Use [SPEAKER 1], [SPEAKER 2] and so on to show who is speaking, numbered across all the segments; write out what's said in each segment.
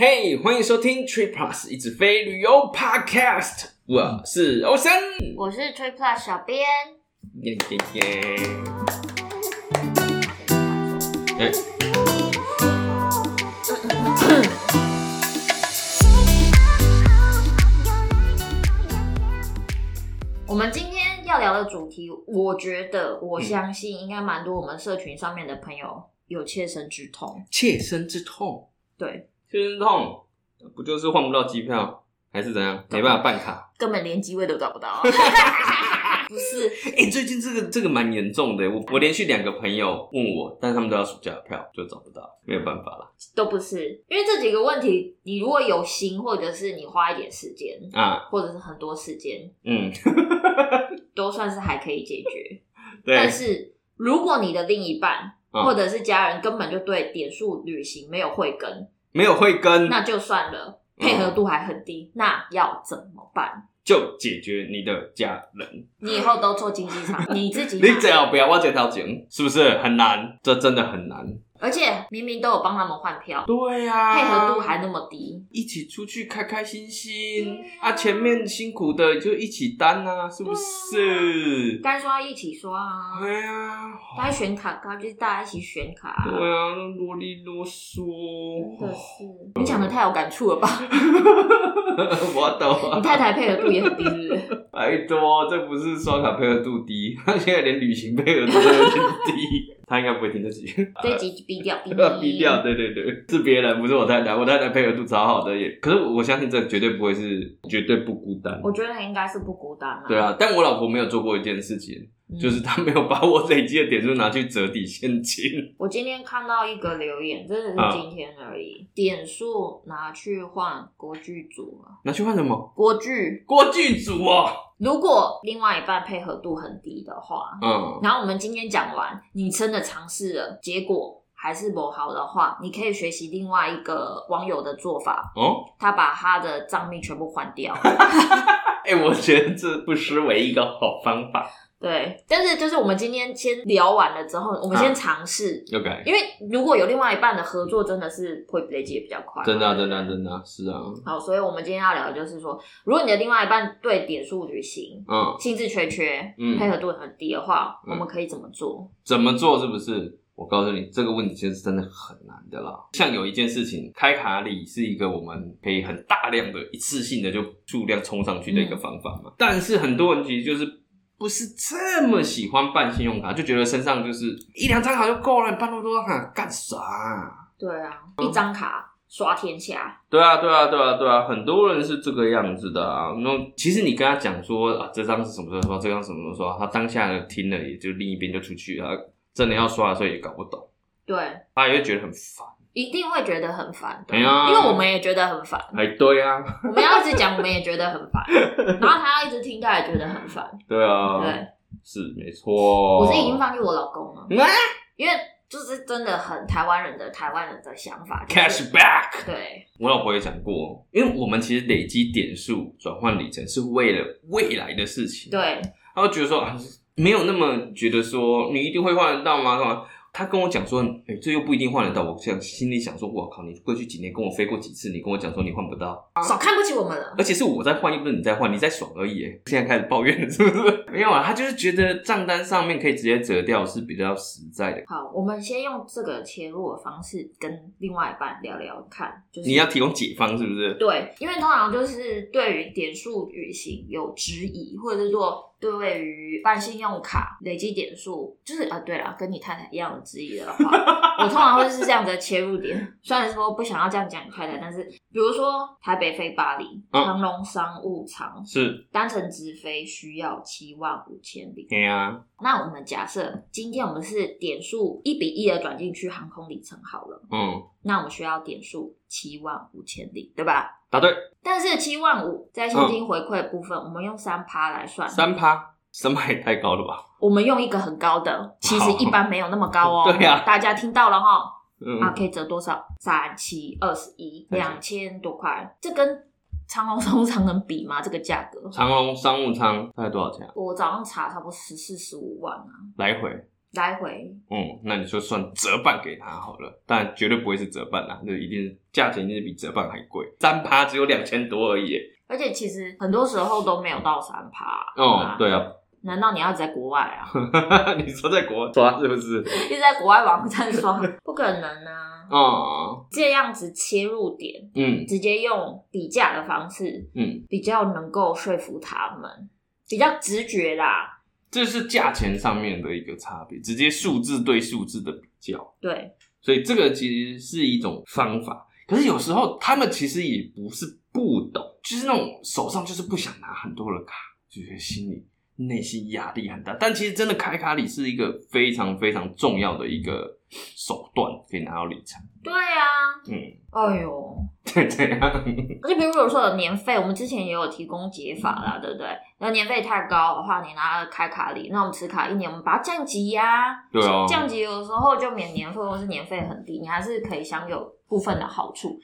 [SPEAKER 1] 嘿欢迎收听 Trip Plus 一直飞旅游 Podcast，我是欧森。
[SPEAKER 2] 我是 Tree Plus 小编，
[SPEAKER 1] 耶耶耶！哎，
[SPEAKER 2] 我们今天要聊的主题，我觉得我相信应该蛮多我们社群上面的朋友有切身之痛。
[SPEAKER 1] 切身之痛，
[SPEAKER 2] 对，
[SPEAKER 1] 切身之痛，不就是换不到机票，还是怎样？没办法办卡。
[SPEAKER 2] 根本连机位都找 不到。不是，
[SPEAKER 1] 哎、最近这个这个蛮严重的，我我连续两个朋友问我，但他们都要暑假的票，就找不到，没有办法了
[SPEAKER 2] 都不是，因为这几个问题，你如果有心，或者是你花一点时间，
[SPEAKER 1] 啊。
[SPEAKER 2] 或者是很多时间，
[SPEAKER 1] 嗯，
[SPEAKER 2] 都算是还可以解决。
[SPEAKER 1] 对
[SPEAKER 2] 但，是如果你的另一半、
[SPEAKER 1] 嗯
[SPEAKER 2] 或者是家人根本就对点数旅行没有慧根，
[SPEAKER 1] 没有慧根，
[SPEAKER 2] 那就算了，配合度还很低，那要怎么办？
[SPEAKER 1] 就解决你的家人。
[SPEAKER 2] 你以后都做经济 舱，你自己
[SPEAKER 1] 你
[SPEAKER 2] 买
[SPEAKER 1] 只要不要挖这条井，是不是很难？这真的很难。
[SPEAKER 2] 而且明明都有帮他们换票，
[SPEAKER 1] 对啊呀、
[SPEAKER 2] 配合度还那么低，
[SPEAKER 1] 一起出去开开心心
[SPEAKER 2] 对啊
[SPEAKER 1] 啊，前面辛苦的就一起担啊，是不是？
[SPEAKER 2] 该刷一起刷啊，
[SPEAKER 1] 对呀，
[SPEAKER 2] 该选卡卡就是大家一起选卡、啊。
[SPEAKER 1] 对啊，啰里啰
[SPEAKER 2] 真的
[SPEAKER 1] 嗦，
[SPEAKER 2] 是，你讲的太有感触了吧？
[SPEAKER 1] 我懂
[SPEAKER 2] 你
[SPEAKER 1] 啊。
[SPEAKER 2] 太太配合度也很低，是不是？
[SPEAKER 1] 拜托，这不是刷卡配合度低， 他现在连旅行配合度都有点低， 他应该不会听这集。
[SPEAKER 2] 这集逼掉， 逼
[SPEAKER 1] 要低调，。对对对，是别人，不是我太太，我太太配合度超好的也，可是我相信这绝对不会是，绝对不孤单。
[SPEAKER 2] 我觉得应该是不孤单了。
[SPEAKER 1] 对，啊，但我老婆没有做过一件事情，
[SPEAKER 2] 嗯
[SPEAKER 1] 就是她没有把我累积的点数拿去折抵现金。
[SPEAKER 2] 我今天看到一个留言，真的
[SPEAKER 1] 啊
[SPEAKER 2] 是今天而已，点数拿去换国剧组啊，
[SPEAKER 1] 拿去换什么？
[SPEAKER 2] 国剧。
[SPEAKER 1] 锅具组哦。
[SPEAKER 2] 如果另外一半配合度很低的话，
[SPEAKER 1] 嗯，
[SPEAKER 2] 然后我们今天讲完，你真的尝试了，结果还是不好的话，你可以学习另外一个网友的做法，
[SPEAKER 1] 哦，
[SPEAKER 2] 他把他的账密全部换 掉。
[SPEAKER 1] 哎、我觉得这不失为一个好方法。
[SPEAKER 2] 对，但是就是我们今天先聊完了之后，我们
[SPEAKER 1] 啊
[SPEAKER 2] 先尝试，
[SPEAKER 1] OK，
[SPEAKER 2] 因为如果有另外一半的合作，真的是会累积得比较快。
[SPEAKER 1] 真的啊、真的啊、真的啊、是啊，
[SPEAKER 2] 好，所以我们今天要聊的就是说，如果你的另外一半对点数旅行
[SPEAKER 1] 嗯，
[SPEAKER 2] 兴致缺缺，
[SPEAKER 1] 嗯
[SPEAKER 2] 配合度很低的话，
[SPEAKER 1] 嗯
[SPEAKER 2] 我们可以怎么做？
[SPEAKER 1] 怎么做是不是？我告诉你，这个问题其实真的很难的啦。像有一件事情，开卡礼是一个我们可以很大量的、一次性的就数量冲上去的一个方法嘛。但是很多人其实就是不是这么喜欢办信用卡，就觉得身上就是一两张卡就够了，你办那么多张卡干啥啊、
[SPEAKER 2] 对啊，一张卡刷天下。
[SPEAKER 1] 对啊，对啊，对啊，对啊，很多人是这个样子的啊。那其实你跟他讲说啊，这张是什么时候刷，这张什么时候刷，他当下听了也就另一边就出去了，他真的要刷的时候也搞不懂，
[SPEAKER 2] 对，
[SPEAKER 1] 他也会觉得很烦。
[SPEAKER 2] 一定会觉得很烦的，
[SPEAKER 1] 哎呀
[SPEAKER 2] 因为我们也觉得很烦，
[SPEAKER 1] 哎，对啊，
[SPEAKER 2] 我们要一直讲，我们也觉 得很烦，然后他要一直听，他也觉得很烦。
[SPEAKER 1] 对啊，
[SPEAKER 2] 对，
[SPEAKER 1] 是没错。
[SPEAKER 2] 我是已经放弃我老公了，
[SPEAKER 1] 啊
[SPEAKER 2] 因为就是真的很台湾人的台湾人的想法、就是、
[SPEAKER 1] cash back。
[SPEAKER 2] 对，
[SPEAKER 1] 我老婆也讲过，因为我们其实累积点数转换里程是为了未来的事情。，
[SPEAKER 2] 对，
[SPEAKER 1] 她会觉得说啊，没有那么觉得说你一定会换得到吗？干嘛？她跟我讲说，哎、这又不一定换得到。我想心里想说，我靠，你过去几年跟我飞过几次，你跟我讲说你换不到，
[SPEAKER 2] 少看不起我们了。
[SPEAKER 1] 而且是我在换，又不是你在换，你在爽而已耶。现在开始抱怨了，是不是？ 没有啊，她就是觉得账单上面可以直接折掉是比较实在的。
[SPEAKER 2] 好，我们先用这个切入的方式跟另外一半聊聊看，就是
[SPEAKER 1] 你要提供解方，是不是？
[SPEAKER 2] 对，因为通常就是对于点数旅行有质疑，或者是说对于办信用卡累积点数，就是啊，对了，跟你太太一样的质疑的话，我通常会是这样子的切入点。虽然说不想要这样讲你太太，但是比如说台北飞巴黎，
[SPEAKER 1] 嗯
[SPEAKER 2] 长龙商务舱
[SPEAKER 1] 是，
[SPEAKER 2] 单程直飞需要七万五千里。
[SPEAKER 1] 对呀、
[SPEAKER 2] 那我们假设今天我们是点数一比一的转进去航空里程好了，
[SPEAKER 1] 嗯，
[SPEAKER 2] 那我们需要点数七万五千里，对吧？
[SPEAKER 1] 答对，
[SPEAKER 2] 但是七万五在现金回馈的部分，我们用三趴来算，
[SPEAKER 1] 三趴，三趴也太高了吧？
[SPEAKER 2] 我们用一个很高的，其实一般没有那么高 哦。
[SPEAKER 1] 对啊
[SPEAKER 2] 大家听到了哈，
[SPEAKER 1] 嗯，
[SPEAKER 2] 啊，可以折多少？三七二十一，两千多块，这跟长隆商务舱能比吗？这个价格，
[SPEAKER 1] 长隆商务舱大概多少钱啊？
[SPEAKER 2] 我早上查差不多十四十五万啊，
[SPEAKER 1] 来回
[SPEAKER 2] 来回
[SPEAKER 1] 嗯，那你就算折半给他好了，但绝对不会是折半啦，那一定是价钱一定是比折半还贵，三趴只有两千多而已耶。
[SPEAKER 2] 而且其实很多时候都没有到三趴。
[SPEAKER 1] 哦，，对啊，
[SPEAKER 2] 难道你要一直在国外啊？
[SPEAKER 1] 你说在国外抓是不是？
[SPEAKER 2] 一直在国外网站刷，不可能啊！
[SPEAKER 1] 哦，
[SPEAKER 2] 这样子切入点，
[SPEAKER 1] 嗯
[SPEAKER 2] 直接用比价的方式，
[SPEAKER 1] 嗯，
[SPEAKER 2] 比较能够说服他们，比较直觉啦。
[SPEAKER 1] 这是价钱上面的一个差别，直接数字对数字的比较，
[SPEAKER 2] 对，
[SPEAKER 1] 所以这个其实是一种方法。可是有时候他们其实也不是不懂，就是那种手上就是不想拿很多的卡，就觉得心里内心压力很大。但其实真的开卡里是一个非常非常重要的一个手段，可以拿到理财。
[SPEAKER 2] 对啊，
[SPEAKER 1] 嗯，
[SPEAKER 2] 哎呦，
[SPEAKER 1] 对对啊，
[SPEAKER 2] 而且比如说有年费，我们之前也有提供解法啦，对不对？那年费太高的话，你拿了开卡礼，那我们持卡一年，我们把它降级呀、
[SPEAKER 1] 对啊
[SPEAKER 2] 降级有时候就免年费，或是年费很低，你还是可以享有部分的好处。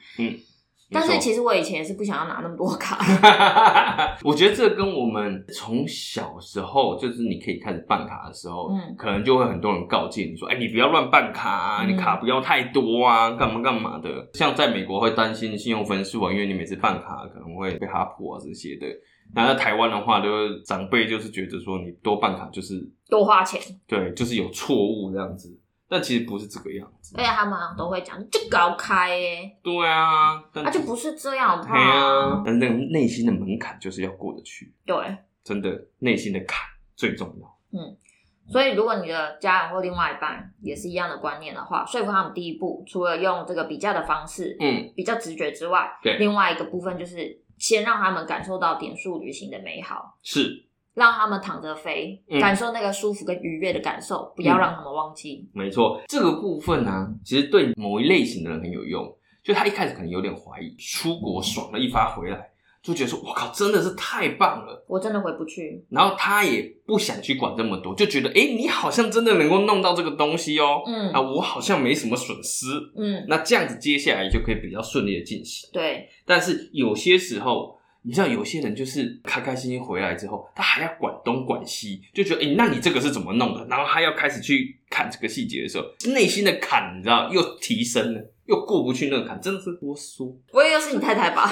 [SPEAKER 2] 但是
[SPEAKER 1] 没错
[SPEAKER 2] 其实我以前也是不想要拿那么多卡，
[SPEAKER 1] 我觉得这跟我们从小时候，就是你可以开始办卡的时候，
[SPEAKER 2] 嗯
[SPEAKER 1] 可能就会很多人告诫你说：“哎、你不要乱办卡、啊，
[SPEAKER 2] 嗯
[SPEAKER 1] 你卡不要太多啊，干嘛干嘛的。”像在美国会担心信用分数啊，因为你每次办卡可能会被哈普啊这些的。那在台湾的话，就是长辈就是觉得说你多办卡就是
[SPEAKER 2] 多花钱，
[SPEAKER 1] 对，就是有错误这样子，但其实不是这个样子
[SPEAKER 2] 而。且啊他们好像都会讲就搞开耶、
[SPEAKER 1] 对啊，但
[SPEAKER 2] 那、就不是这样好不
[SPEAKER 1] 对啊
[SPEAKER 2] 好？，
[SPEAKER 1] 但是那个内心的门槛就是要过得去，
[SPEAKER 2] 对，
[SPEAKER 1] 真的内心的坎最重要。
[SPEAKER 2] 所以如果你的家人或另外一半也是一样的观念的话，说服他们第一步，除了用这个比价的方式，
[SPEAKER 1] 嗯，
[SPEAKER 2] 比较直觉之外，
[SPEAKER 1] 对
[SPEAKER 2] 另外一个部分就是先让他们感受到点数旅行的美好，
[SPEAKER 1] 是
[SPEAKER 2] 让他们躺着飞，
[SPEAKER 1] 嗯
[SPEAKER 2] 感受那个舒服跟愉悦的感受，不要让他们忘记。
[SPEAKER 1] 没错，这个部分呢、其实对某一类型的人很有用。就他一开始可能有点怀疑，出国爽了一发回来，就觉得说：“我靠，真的是太棒了。
[SPEAKER 2] 我真的回不去，”
[SPEAKER 1] 然后他也不想去管这么多，就觉得：“诶，你好像真的能够弄到这个东西哦，
[SPEAKER 2] 嗯
[SPEAKER 1] 啊，我好像没什么损失。”
[SPEAKER 2] 嗯，
[SPEAKER 1] 那这样子接下来就可以比较顺利的进行。
[SPEAKER 2] 对，
[SPEAKER 1] 但是有些时候，你知道有些人就是开开心心回来之后，他还要管东管西，就觉得哎、诶那你这个是怎么弄的？然后他要开始去看这个细节的时候，内心的坎你知道又提升了，又过不去那个坎，真的是啰嗦。
[SPEAKER 2] 不会又是你太 太吧？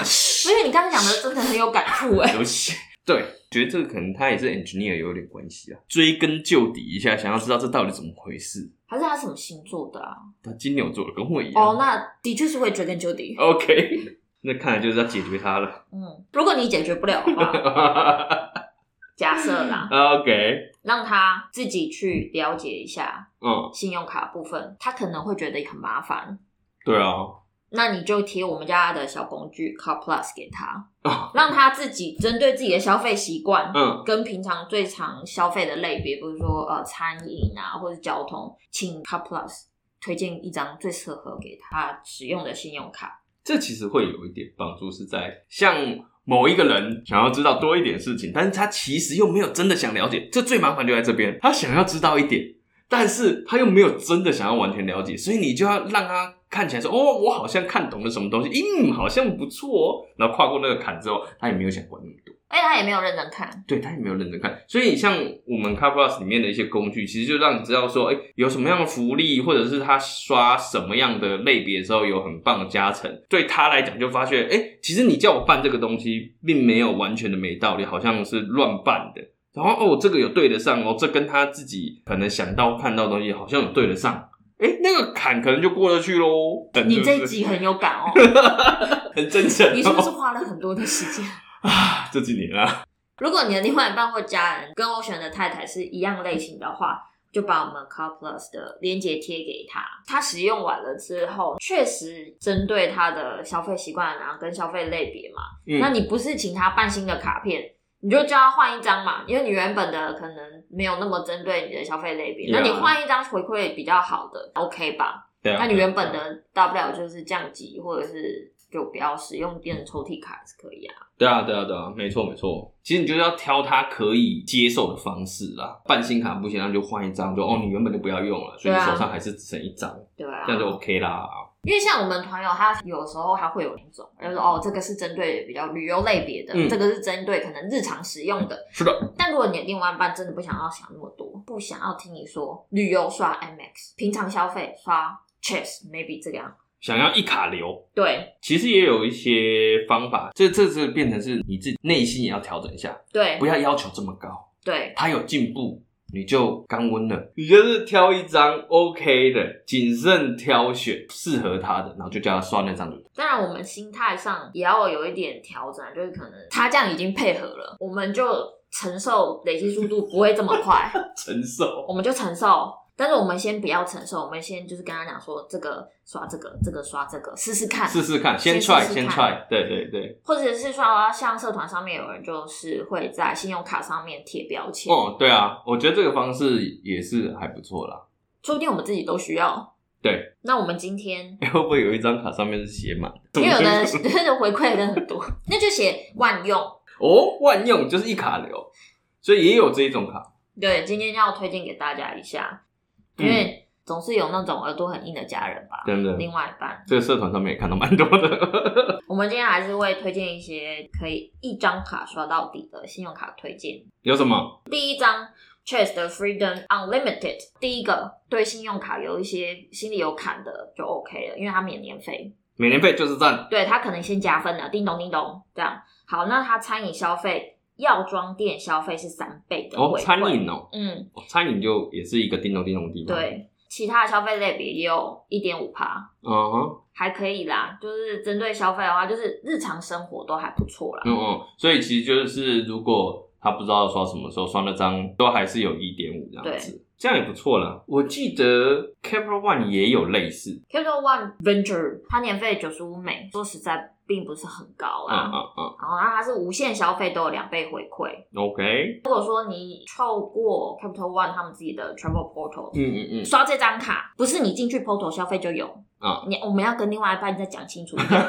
[SPEAKER 2] 因为你刚刚讲的真的很有感触哎、
[SPEAKER 1] 有些对，觉得这个可能他也是 engineer 有点关系啊，追根究底一下，想要知道这到底怎么回事。
[SPEAKER 2] 还是他什么星座的啊？
[SPEAKER 1] 啊他金牛座的跟我一样。
[SPEAKER 2] 哦，那的确是会追根究底。
[SPEAKER 1] OK，那 看来就是要解决他了。
[SPEAKER 2] 嗯，如果你解决不了的话，假设啦，
[SPEAKER 1] OK，
[SPEAKER 2] 让他自己去了解一下
[SPEAKER 1] 嗯，
[SPEAKER 2] 信用卡部分，他可能会觉得很麻烦。
[SPEAKER 1] 对啊，
[SPEAKER 2] 那你就贴我们家的小工具 Car Plus 给他，
[SPEAKER 1] 啊
[SPEAKER 2] 让他自己针对自己的消费习惯，
[SPEAKER 1] 嗯
[SPEAKER 2] 跟平常最常消费的类别，比如说呃餐饮啊或者交通，请 Car Plus 推荐一张最适合给他使用的信用卡。
[SPEAKER 1] 这其实会有一点帮助，是在像某一个人想要知道多一点事情，但是他其实又没有真的想了解，这最麻烦就在这边，他想要知道一点，但是他又没有真的想要完全了解，所以你就要让他看起来说，哦，我好像看懂了什么东西，嗯，好像不错哦，然后跨过那个坎之后，他也没有想管那么多。
[SPEAKER 2] 哎，他也没有认真 看，
[SPEAKER 1] 对他也没有认真看，所以像我们 Car Plus 里面的一些工具，其实就让你知道说，哎、有什么样的福利，或者是他刷什么样的类别的时候有很棒的加成。对他来讲，就发现，哎、其实你叫我办这个东西，并没有完全的没道理，好像是乱办的。然后哦，这个有对得上哦，这跟他自己可能想到看到的东西好像有对得上，哎、那个坎可能就过得去喽。
[SPEAKER 2] 你这
[SPEAKER 1] 是
[SPEAKER 2] 一
[SPEAKER 1] 不是
[SPEAKER 2] 集很有感哦，
[SPEAKER 1] 很真诚、哦，
[SPEAKER 2] 你是不是花了很多的时间？
[SPEAKER 1] 啊？这几年啊，
[SPEAKER 2] 如果你的另外一半或家人跟我选的太太是一样类型的话，就把我们 Car Plus 的链接贴给他。他使用完了之后，确实针对他的消费习惯啊，跟消费类别嘛。
[SPEAKER 1] 嗯，
[SPEAKER 2] 那你不是请他办新的卡片，你就叫他换一张嘛，因为你原本的可能没有那么针对你的消费类别
[SPEAKER 1] Yeah
[SPEAKER 2] 那你换一张回馈比较好的，OK 吧？
[SPEAKER 1] 对啊
[SPEAKER 2] 那你原本的大不了就是降级，或者是就不要使用变成抽屉卡也是可以啊。
[SPEAKER 1] 对啊，对啊，对啊，没错没错。其实你就是要挑他可以接受的方式啦。办新卡不行，那就换一张，就哦，你原本就不要用了，所以你
[SPEAKER 2] 对啊
[SPEAKER 1] 手上还是只剩一张，
[SPEAKER 2] 对啊，
[SPEAKER 1] 这样就 OK 啦。
[SPEAKER 2] 因为像我们团友，他有时候他会有两种，就是说哦，这个是针对比较旅游类别的，
[SPEAKER 1] 嗯
[SPEAKER 2] 这个是针对可能日常使用的。
[SPEAKER 1] 是的，
[SPEAKER 2] 但如果你的另外一半真的不想要想那么多，不想要听你说旅游刷 MX，平常消费刷 Chess maybe 这样，
[SPEAKER 1] 想要一卡流，
[SPEAKER 2] 对
[SPEAKER 1] 其实也有一些方法，这这这变成是你自己内心也要调整一下，
[SPEAKER 2] 对
[SPEAKER 1] 不要要求这么高，
[SPEAKER 2] 对，
[SPEAKER 1] 他有进步。你就干温了，你就是挑一张 OK 的，谨慎挑选适合他的，然后就叫他刷那张就
[SPEAKER 2] 当然我们心态上也要有一点调整，啊就是可能他这样已经配合了，我们就承受累积速度不会这么快。
[SPEAKER 1] 承受。
[SPEAKER 2] 我们就承受。但是我们先不要承受，我们先就是跟他讲说，这个刷这个，这个刷这个，试试看，
[SPEAKER 1] 试试看，先
[SPEAKER 2] 试试
[SPEAKER 1] try，
[SPEAKER 2] 看
[SPEAKER 1] 先 try，对对对，
[SPEAKER 2] 或者是说像社团上面有人就是会在信用卡上面贴标签，
[SPEAKER 1] 哦，对啊，我觉得这个方式也是还不错啦。
[SPEAKER 2] 说不定我们自己都需要。
[SPEAKER 1] 对，
[SPEAKER 2] 那我们 今天
[SPEAKER 1] 哎会不会有一张卡上面是写满？
[SPEAKER 2] 因为有的人 真的回馈真的很多，那就写万用。
[SPEAKER 1] 哦，万用就是一卡流，所以也有这一种卡。
[SPEAKER 2] 对，今天要推荐给大家一下，因
[SPEAKER 1] 嗯
[SPEAKER 2] 为总是有那种耳朵很硬的家人吧，
[SPEAKER 1] 真的，
[SPEAKER 2] 另外一半。
[SPEAKER 1] 这个社团上面也看到蛮多的。
[SPEAKER 2] 我们今天还是会推荐一些可以一张卡刷到底的信用卡推荐。
[SPEAKER 1] 有什么？
[SPEAKER 2] 第一张 Chase 的 Freedom Unlimited，第一个对信用卡有一些心里有坎的就 OK 了，因为它免年费，
[SPEAKER 1] 每年费就是赞，
[SPEAKER 2] 对它可能先加分了，叮咚叮咚这样。好，那它餐饮消费，药妆店消费是三倍的
[SPEAKER 1] 哦，
[SPEAKER 2] 回馈
[SPEAKER 1] 餐，饮哦，
[SPEAKER 2] 嗯，
[SPEAKER 1] 哦餐饮就也是一个叮咚叮咚的地方。，
[SPEAKER 2] 对，其他的消费类别也有一点五趴。
[SPEAKER 1] 嗯哼，
[SPEAKER 2] 还可以啦，就是针对消费的话，就是日常生活都还不错啦。
[SPEAKER 1] 嗯嗯，所以其实就是如果他不知道刷什么时候刷那张，都还是有一点五这样子，这样也不错啦。我记得 Capital One 也有类似，
[SPEAKER 2] Capital One Venture 它年费九十五美，说实在并不是很高
[SPEAKER 1] 啊
[SPEAKER 2] 啦。
[SPEAKER 1] 啊啊
[SPEAKER 2] 然后它是无限消费都有两倍回馈。
[SPEAKER 1] 嗯，OK，
[SPEAKER 2] 如果说你透过 Capital One 他们自己的 Travel Portal、
[SPEAKER 1] 嗯嗯嗯，
[SPEAKER 2] 刷这张卡，不是你进去 Portal 消费就有
[SPEAKER 1] 啊。
[SPEAKER 2] 你我们要跟另外一半再讲清楚一 点。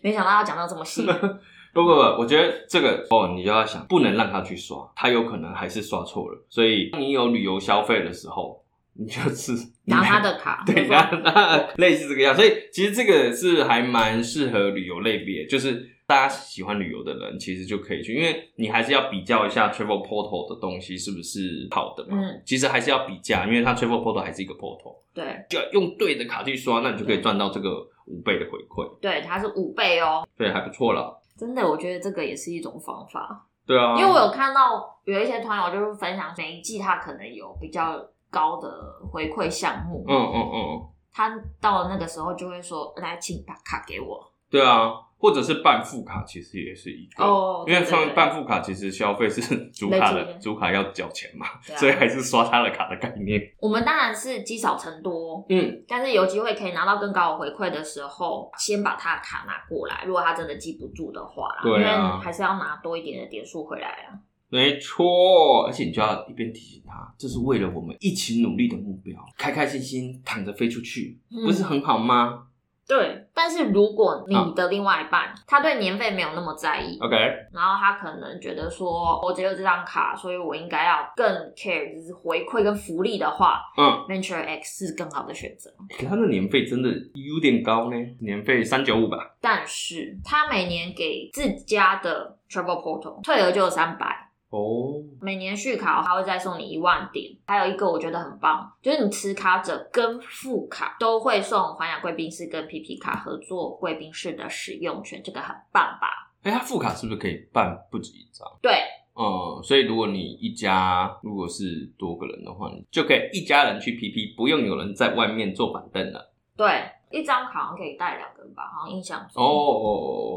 [SPEAKER 2] 没想到要讲到这么细，
[SPEAKER 1] 不不不，我觉得这个哦，你就要想，不能让他去刷，他有可能还是刷错了。所以你有旅游消费的时候，你就是
[SPEAKER 2] 拿他的卡，
[SPEAKER 1] 对，
[SPEAKER 2] 然
[SPEAKER 1] 然
[SPEAKER 2] 后
[SPEAKER 1] 后类似这个样，所以其实这个是还蛮适合旅游类别，就是大家喜欢旅游的人，其实就可以去，因为你还是要比较一下 Travel Portal 的东西是不是好的嘛。
[SPEAKER 2] 嗯
[SPEAKER 1] 其实还是要比价，因为它 Travel Portal 还是一个 portal，
[SPEAKER 2] 对
[SPEAKER 1] 就要用对的卡去刷，那你就可以赚到这个五倍的回馈，
[SPEAKER 2] 对，它是五倍哦。
[SPEAKER 1] 所以还不错啦。
[SPEAKER 2] 真的，我觉得这个也是一种方法，
[SPEAKER 1] 对啊，
[SPEAKER 2] 因为我有看到有一些团友就是分享每一季他可能有比较高的回馈项目，
[SPEAKER 1] 嗯嗯嗯，
[SPEAKER 2] 他到了那个时候就会说：“来，请把卡给我。
[SPEAKER 1] 对啊，或者是办副卡，其实也是一”个。
[SPEAKER 2] 哦，
[SPEAKER 1] 因为
[SPEAKER 2] 对对
[SPEAKER 1] 办
[SPEAKER 2] 对
[SPEAKER 1] 办副卡其实消费是主卡
[SPEAKER 2] 累积
[SPEAKER 1] 的，
[SPEAKER 2] 的
[SPEAKER 1] 主卡要缴钱嘛，
[SPEAKER 2] 对啊
[SPEAKER 1] 所以还是刷他的卡的概念。
[SPEAKER 2] 我们当然是积少成多，
[SPEAKER 1] 嗯，
[SPEAKER 2] 但是有机会可以拿到更高的回馈的时候，先把他的卡拿过来。如果他真的记不住的话啦，
[SPEAKER 1] 对啊
[SPEAKER 2] 因为还是要拿多一点的点数回来啊。
[SPEAKER 1] 没错，而且你就要一边提醒他，这是为了我们一起努力的目标，开开心心躺着飞出去，
[SPEAKER 2] 嗯
[SPEAKER 1] 不是很啊好吗、
[SPEAKER 2] 对，但是如果你的另外一半、他对年费没有那么在意，
[SPEAKER 1] o k
[SPEAKER 2] 然后他可能觉得说我只有这张卡，所以我应该要更 care 就是回馈跟福利的话
[SPEAKER 1] 嗯，
[SPEAKER 2] ，Venture X 是更好的选择。
[SPEAKER 1] 可他的年费真的有点高呢，年费三九五吧，
[SPEAKER 2] 但是他每年给自家的 Travel Portal 退额就有三百，
[SPEAKER 1] 哦，
[SPEAKER 2] 每年续卡他会再送你一万点。还有一个我觉得很棒，就是你持卡者跟副卡都会送环亚贵宾室跟 PP 卡合作贵宾室的使用权，这个很棒吧？
[SPEAKER 1] 哎，他副卡是不是可以办不止一张？
[SPEAKER 2] 对
[SPEAKER 1] 嗯，所以如果你一家如果是多个人的话，你就可以一家人去 PP，不用有人在外面坐板凳了。
[SPEAKER 2] 对，一张卡好像可以带两个人吧，好像印象中。
[SPEAKER 1] 哦哦哦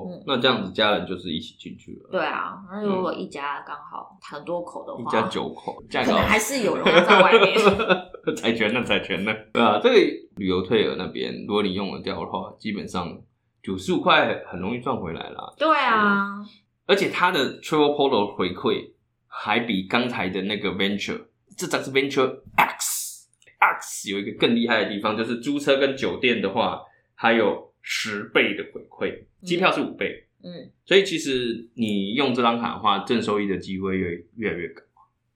[SPEAKER 1] 哦
[SPEAKER 2] 嗯，
[SPEAKER 1] 那这样子家人就是一起进去了，
[SPEAKER 2] 对啊，那如果一家刚好很多口的话，
[SPEAKER 1] 嗯一家九口，价
[SPEAKER 2] 可
[SPEAKER 1] 格
[SPEAKER 2] 能还是有人要在外 面。
[SPEAKER 1] 彩权呢，彩权呢，对啊，这个旅游退额那边，如果你用得掉的话，基本上九十五块很容易赚回来啦。
[SPEAKER 2] 对啊，
[SPEAKER 1] 嗯而且它的 Travel Polo 回馈还比刚才的那个 Venture，这张是 Venture X X 有一个更厉害的地方，就是租车跟酒店的话，还有十倍的回馈，机票是五倍，
[SPEAKER 2] 嗯，
[SPEAKER 1] 所以其实你用这张卡的话，正收益的机会越越来越高。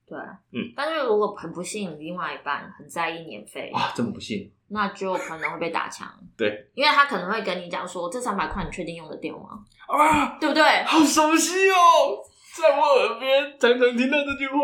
[SPEAKER 2] 对，啊
[SPEAKER 1] 嗯，
[SPEAKER 2] 但是如果很不幸，另外一半很在意年费，
[SPEAKER 1] 哇，这么不幸，
[SPEAKER 2] 那就可能会被打枪。
[SPEAKER 1] 对，
[SPEAKER 2] 因为他可能会跟你讲说，这三百块你确定用得掉吗？
[SPEAKER 1] 啊，
[SPEAKER 2] 对不对？
[SPEAKER 1] 好熟悉哦，在我耳边常常听到这句话。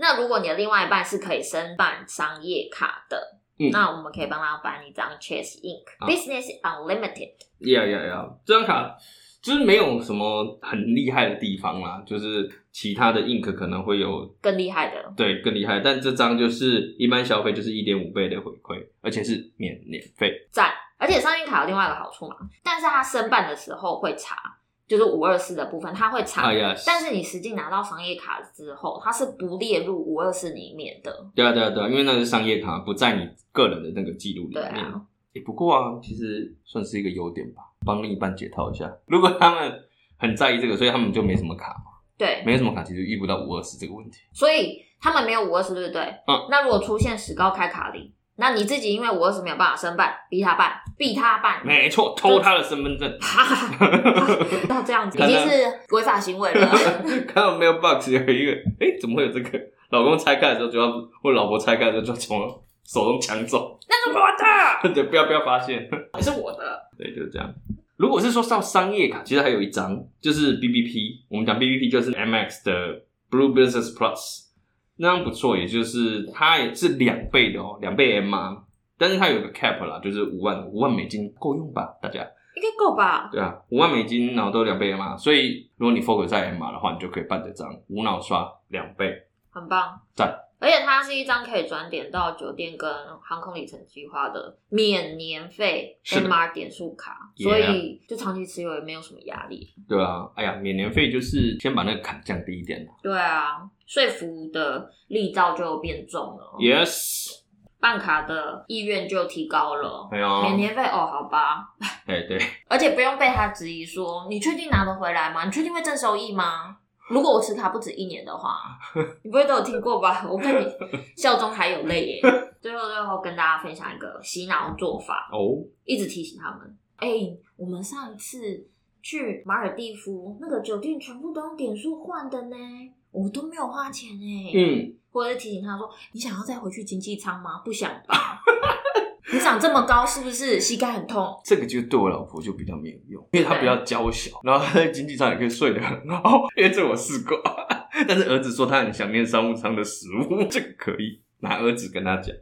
[SPEAKER 2] 那如果你的另外一半是可以申办商业卡的，
[SPEAKER 1] 嗯
[SPEAKER 2] 那我们可以帮他办一张 Chase Inc、
[SPEAKER 1] 啊
[SPEAKER 2] Business Unlimited。
[SPEAKER 1] 呀呀呀，这张卡就是没有什么很厉害的地方啦，就是其他的 Ink 可能会有
[SPEAKER 2] 更厉害的，
[SPEAKER 1] 对更厉害，但这张就是一般消费就是一点五倍的回馈，而且是免年费。
[SPEAKER 2] 赞！而且商业卡有另外一个好处嘛，但是它申办的时候会查，就是五二四的部分，它会查。
[SPEAKER 1] 哎呀，
[SPEAKER 2] 但是你实际拿到商业卡之后，它是不列入五二四里面的。
[SPEAKER 1] 对啊对啊对啊，因为那是商业卡，不在你个人的那个记录里
[SPEAKER 2] 对
[SPEAKER 1] 面。
[SPEAKER 2] 啊，
[SPEAKER 1] 也不过啊，其实算是一个优点吧，帮另一半解套一下。如果他们很在意这个，所以他们就没什么卡嘛，
[SPEAKER 2] 对，
[SPEAKER 1] 没什么卡，其实遇不到五二四这个问题。
[SPEAKER 2] 所以他们没有五二四，对不对？
[SPEAKER 1] 嗯。
[SPEAKER 2] 那如果出现史高开卡零，那你自己因为五二四没有办法申办，逼他办，逼他办，
[SPEAKER 1] 没错，偷他的身份证，
[SPEAKER 2] 哈哈哈到这样子已经是违法行为了。
[SPEAKER 1] 看到 mailbox 有一个，哎、怎么会有这个？老公拆开的时候就要，或老婆拆开的时候就要从我手中抢走，
[SPEAKER 2] 那是我
[SPEAKER 1] 对，不要不要发现，
[SPEAKER 2] 的，是我的。
[SPEAKER 1] 对，就是这样。如果是说上商业卡，其实还有一张就是 BBP，我们讲 BBP 就是 MX 的 Blue Business Plus，那张不错，也就是它也是两倍的哦，两倍 MR，但是它有个 cap 啦，就是五万五万美金够用吧，大家。
[SPEAKER 2] 应该够吧？
[SPEAKER 1] 对啊，五万美金，然后都两倍 M 码，所以如果你 focus 在 M 码的话，你就可以办这张无脑刷两倍。
[SPEAKER 2] 很棒，
[SPEAKER 1] 赞！
[SPEAKER 2] 而且它是一张可以转点到酒店跟航空里程计划的免年费
[SPEAKER 1] 是的
[SPEAKER 2] MR 点数卡，
[SPEAKER 1] Yeah
[SPEAKER 2] 所以就长期持有也没有什么压力。
[SPEAKER 1] 对啊，哎呀，免年费就是先把那个坎降低一点啦。
[SPEAKER 2] 对啊，说服的力道就变重了，
[SPEAKER 1] Yes，
[SPEAKER 2] 办卡的意愿就提高了。
[SPEAKER 1] 哎呀，
[SPEAKER 2] 免年费哦，好吧，
[SPEAKER 1] 哎对，
[SPEAKER 2] 而且不用被他质疑说你确定拿得回来吗？你确定会正收益吗？如果我持卡不止一年的话，你不会都有听过吧？我跟你笑中还有泪耶。最后最后跟大家分享一个洗脑做法，
[SPEAKER 1] 哦，
[SPEAKER 2] 一直提醒他们。哎、我们上一次去马尔蒂夫那个酒店全部都用点数换的呢，我都没有花钱哎、
[SPEAKER 1] 嗯，
[SPEAKER 2] 或者是提醒他说：“你想要再回去经济舱吗？不想吧？ 你长这么高是不是膝盖很痛？
[SPEAKER 1] 这个就对我老婆就比较没有用，因为她比较娇小，然后她在经济舱也可以睡得很好， 因为这我试过。但是儿子说他很想念商务舱的食物， 这个可以拿儿子跟他讲。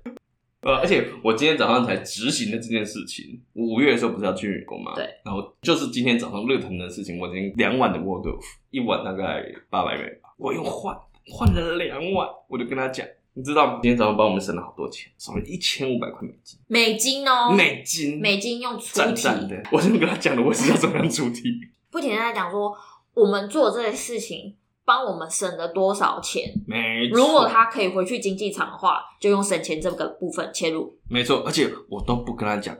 [SPEAKER 1] 呃，而且我今天早上才执行的这件事情，我五月的时候不是要去美国吗？
[SPEAKER 2] 对，
[SPEAKER 1] 然后就是今天早上热腾的事情，我已经两碗的沃豆腐，一碗大概八百美吧，我用换换了两碗，我就跟他讲，你知道今天早上帮我们省了好多钱，少了一千五百块美金，
[SPEAKER 2] 美金哦，
[SPEAKER 1] 美金，
[SPEAKER 2] 美金用粗
[SPEAKER 1] 赞
[SPEAKER 2] 体，
[SPEAKER 1] 赞的，我就跟他讲了，我是要怎么样出题，
[SPEAKER 2] 不停的在讲说我们做这些事情帮我们省了多少钱。
[SPEAKER 1] 没错，
[SPEAKER 2] 如果他可以回去经济舱的话，就用省钱这个部分切入。
[SPEAKER 1] 没错，而且我都不跟他讲，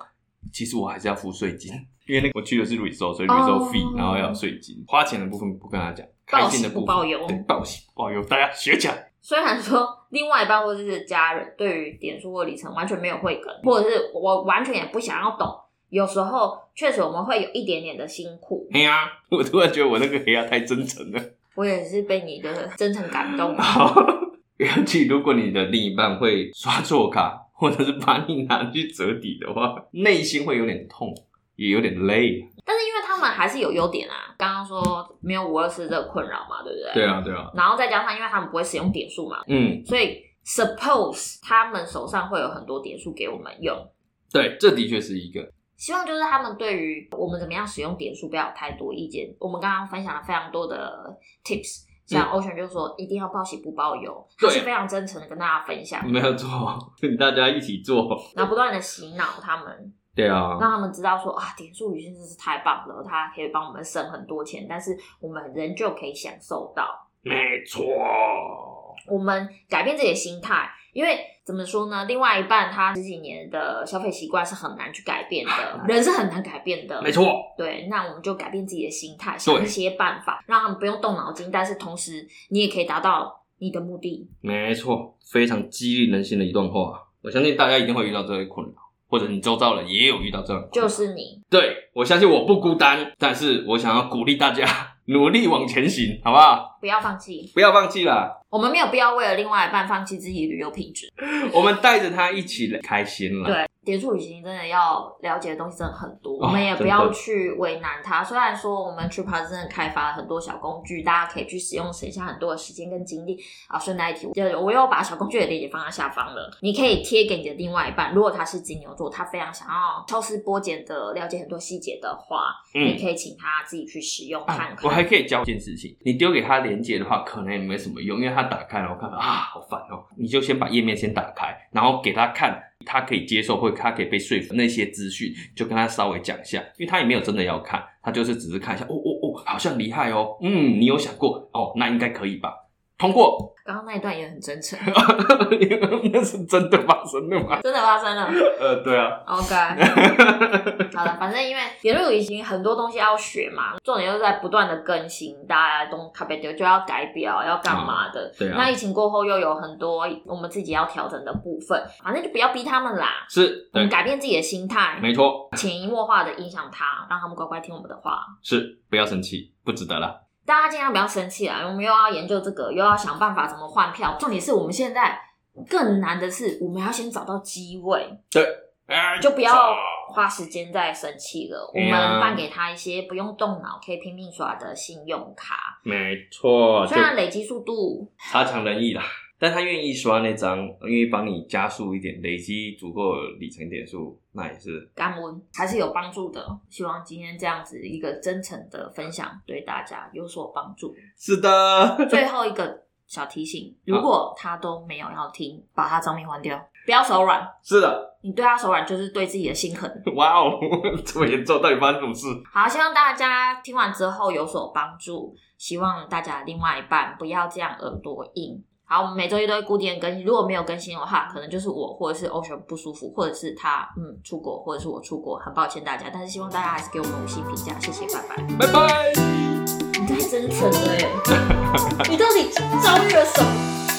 [SPEAKER 1] 其实我还是要付税金，因为那个我去的是 resort，所以 resort
[SPEAKER 2] 哦
[SPEAKER 1] fee，、然后要有税金，花钱的部分不跟他讲，
[SPEAKER 2] 报
[SPEAKER 1] 开
[SPEAKER 2] 喜
[SPEAKER 1] 心的部
[SPEAKER 2] 不
[SPEAKER 1] 分
[SPEAKER 2] 报忧
[SPEAKER 1] 对，报喜不报忧，大家学起来。
[SPEAKER 2] 虽然说另外一半或者是家人对于点数或里程完全没有慧根，或者是我完全也不想要懂，有时候确实我们会有一点点的辛苦。
[SPEAKER 1] 哎呀、我突然觉得我那个黑鸭太真诚了。
[SPEAKER 2] 我也是被你的真诚 感动。
[SPEAKER 1] 尤其如果你的另一半会刷错卡，或者是把你拿去折抵的话，内心会有点痛，也有点累。
[SPEAKER 2] 但是因为他们还是有优点啊，刚刚说没有五二四这个困扰嘛，对不对？
[SPEAKER 1] 对。啊，对啊，
[SPEAKER 2] 然后再加上因为他们不会使用点数嘛，
[SPEAKER 1] 嗯，
[SPEAKER 2] 所以 suppose 他们手上会有很多点数给我们用。
[SPEAKER 1] 对，这的确是一个
[SPEAKER 2] 希望就是他们对于我们怎么样使用点数不要有太多意见。我们刚刚分享了非常多的 tips，像
[SPEAKER 1] 嗯
[SPEAKER 2] Ocean 就说一定要报喜不报忧，他
[SPEAKER 1] 对
[SPEAKER 2] 是非常真诚的跟大家分享，
[SPEAKER 1] 没有错，请大家一起做。
[SPEAKER 2] 然后不断的洗脑他们，
[SPEAKER 1] 对啊，
[SPEAKER 2] 让他们知道说啊，点数语真是太棒了，它可以帮我们省很多钱，但是我们仍旧可以享受到。
[SPEAKER 1] 没错。
[SPEAKER 2] 我们改变自己的心态，因为怎么说呢？另外一半他十几年的消费习惯是很难去改变 的，人是很难改变的，
[SPEAKER 1] 啊没错，
[SPEAKER 2] 对，那我们就改变自己的心态，
[SPEAKER 1] 对
[SPEAKER 2] 想一些办法，让他们不用动脑筋，但是同时你也可以达到你的目的。
[SPEAKER 1] 没错，非常激励人心的一段话。我相信大家一定会遇到这些困扰，或者你周遭人也有遇到这样的困扰。
[SPEAKER 2] 就是你，
[SPEAKER 1] 对我相信我不孤单，但是我想要鼓励大家，努力往前行，好不好？
[SPEAKER 2] 不要放弃，
[SPEAKER 1] 不要放弃啦，
[SPEAKER 2] 我们没有必要为了另外一半放弃自己旅游品质。
[SPEAKER 1] 我们带着他一起来开心啦。
[SPEAKER 2] 对，结束旅行真的要了解的东西真的很多，
[SPEAKER 1] 哦
[SPEAKER 2] 我们也不
[SPEAKER 1] 真的
[SPEAKER 2] 要去为难他。虽然说我们 TripAd 真的开发了很多小工具，大家可以去使用，省下很多的时间跟精力啊。顺带一提，就是我又把小工具的链接放在下方了，你可以贴给你的另外一半。如果他是金牛座，他非常想要抽丝剥茧的了解很多细节的话，你
[SPEAKER 1] 嗯。
[SPEAKER 2] 可以请他自己去使用看
[SPEAKER 1] 啊我
[SPEAKER 2] 看。
[SPEAKER 1] 还可以教一件事情，你丢给他连接的话，可能也没什么用，因为他打开了，我看到啊，好烦哦、你就先把页面先打开，然后给他看，他可以接受或者他可以被说服那些资讯，就跟他稍微讲一下，因为他也没有真的要看，他就是只是看一下，哦哦哦，好像厉害哦，嗯，你有想过哦，那应该可以吧？通过，
[SPEAKER 2] 刚刚那一段也很真诚，
[SPEAKER 1] 因为那是真的发生的吗？
[SPEAKER 2] 真的发生了。
[SPEAKER 1] 呃，对啊，
[SPEAKER 2] OK。好了，反正因为野路已经很多东西要学嘛，重点就是在不断的更新，大家东卡贝丢就要改表，要干嘛的。
[SPEAKER 1] 对啊
[SPEAKER 2] 那疫情过后又有很多我们自己要调整的部分，反正就不要逼他们啦，
[SPEAKER 1] 是，
[SPEAKER 2] 我们
[SPEAKER 1] 对，
[SPEAKER 2] 改变自己的心态，
[SPEAKER 1] 没错，
[SPEAKER 2] 潜移默化的影响他，让他们乖乖听我们的话。
[SPEAKER 1] 是，不要生气，不值得啦。
[SPEAKER 2] 大家尽量不要生气啦，我们又要研究这个，又要想办法怎么换票。重点是我们现在更难的是，我们要先找到机位。
[SPEAKER 1] 哎
[SPEAKER 2] 就不要花时间再生气了。我
[SPEAKER 1] 哎
[SPEAKER 2] 们
[SPEAKER 1] 呀
[SPEAKER 2] 办给他一些不用动脑可以拼命刷的信用卡，
[SPEAKER 1] 没哦错，就
[SPEAKER 2] 虽然累积速度
[SPEAKER 1] 差强人意啦。但他愿意刷那张，因为帮你加速一点，累积足够的里程点数，那也是
[SPEAKER 2] 干温还是有帮助的。希望今天这样子一个真诚的分享对大家有所帮助。
[SPEAKER 1] 是的。
[SPEAKER 2] 最后一个小提醒，如果他都没有要听，把他账面换掉，不要手软。
[SPEAKER 1] 是的，
[SPEAKER 2] 你对他手软就是对自己的心狠。
[SPEAKER 1] 哇哦， 这么严重，到底发生什么事？
[SPEAKER 2] 好，希望大家听完之后有所帮助。希望大家另外一半不要这样耳朵硬。好，我们每周一都会固定更新，如果没有更新的话，可能就是我或者是欧璇不舒服，或者是他嗯出国，或者是我出国，很抱歉大家，但是希望大家还是给我们五星评价，谢谢，拜拜。
[SPEAKER 1] 拜拜。
[SPEAKER 2] 你太真诚了耶！你到底遭遇了什么？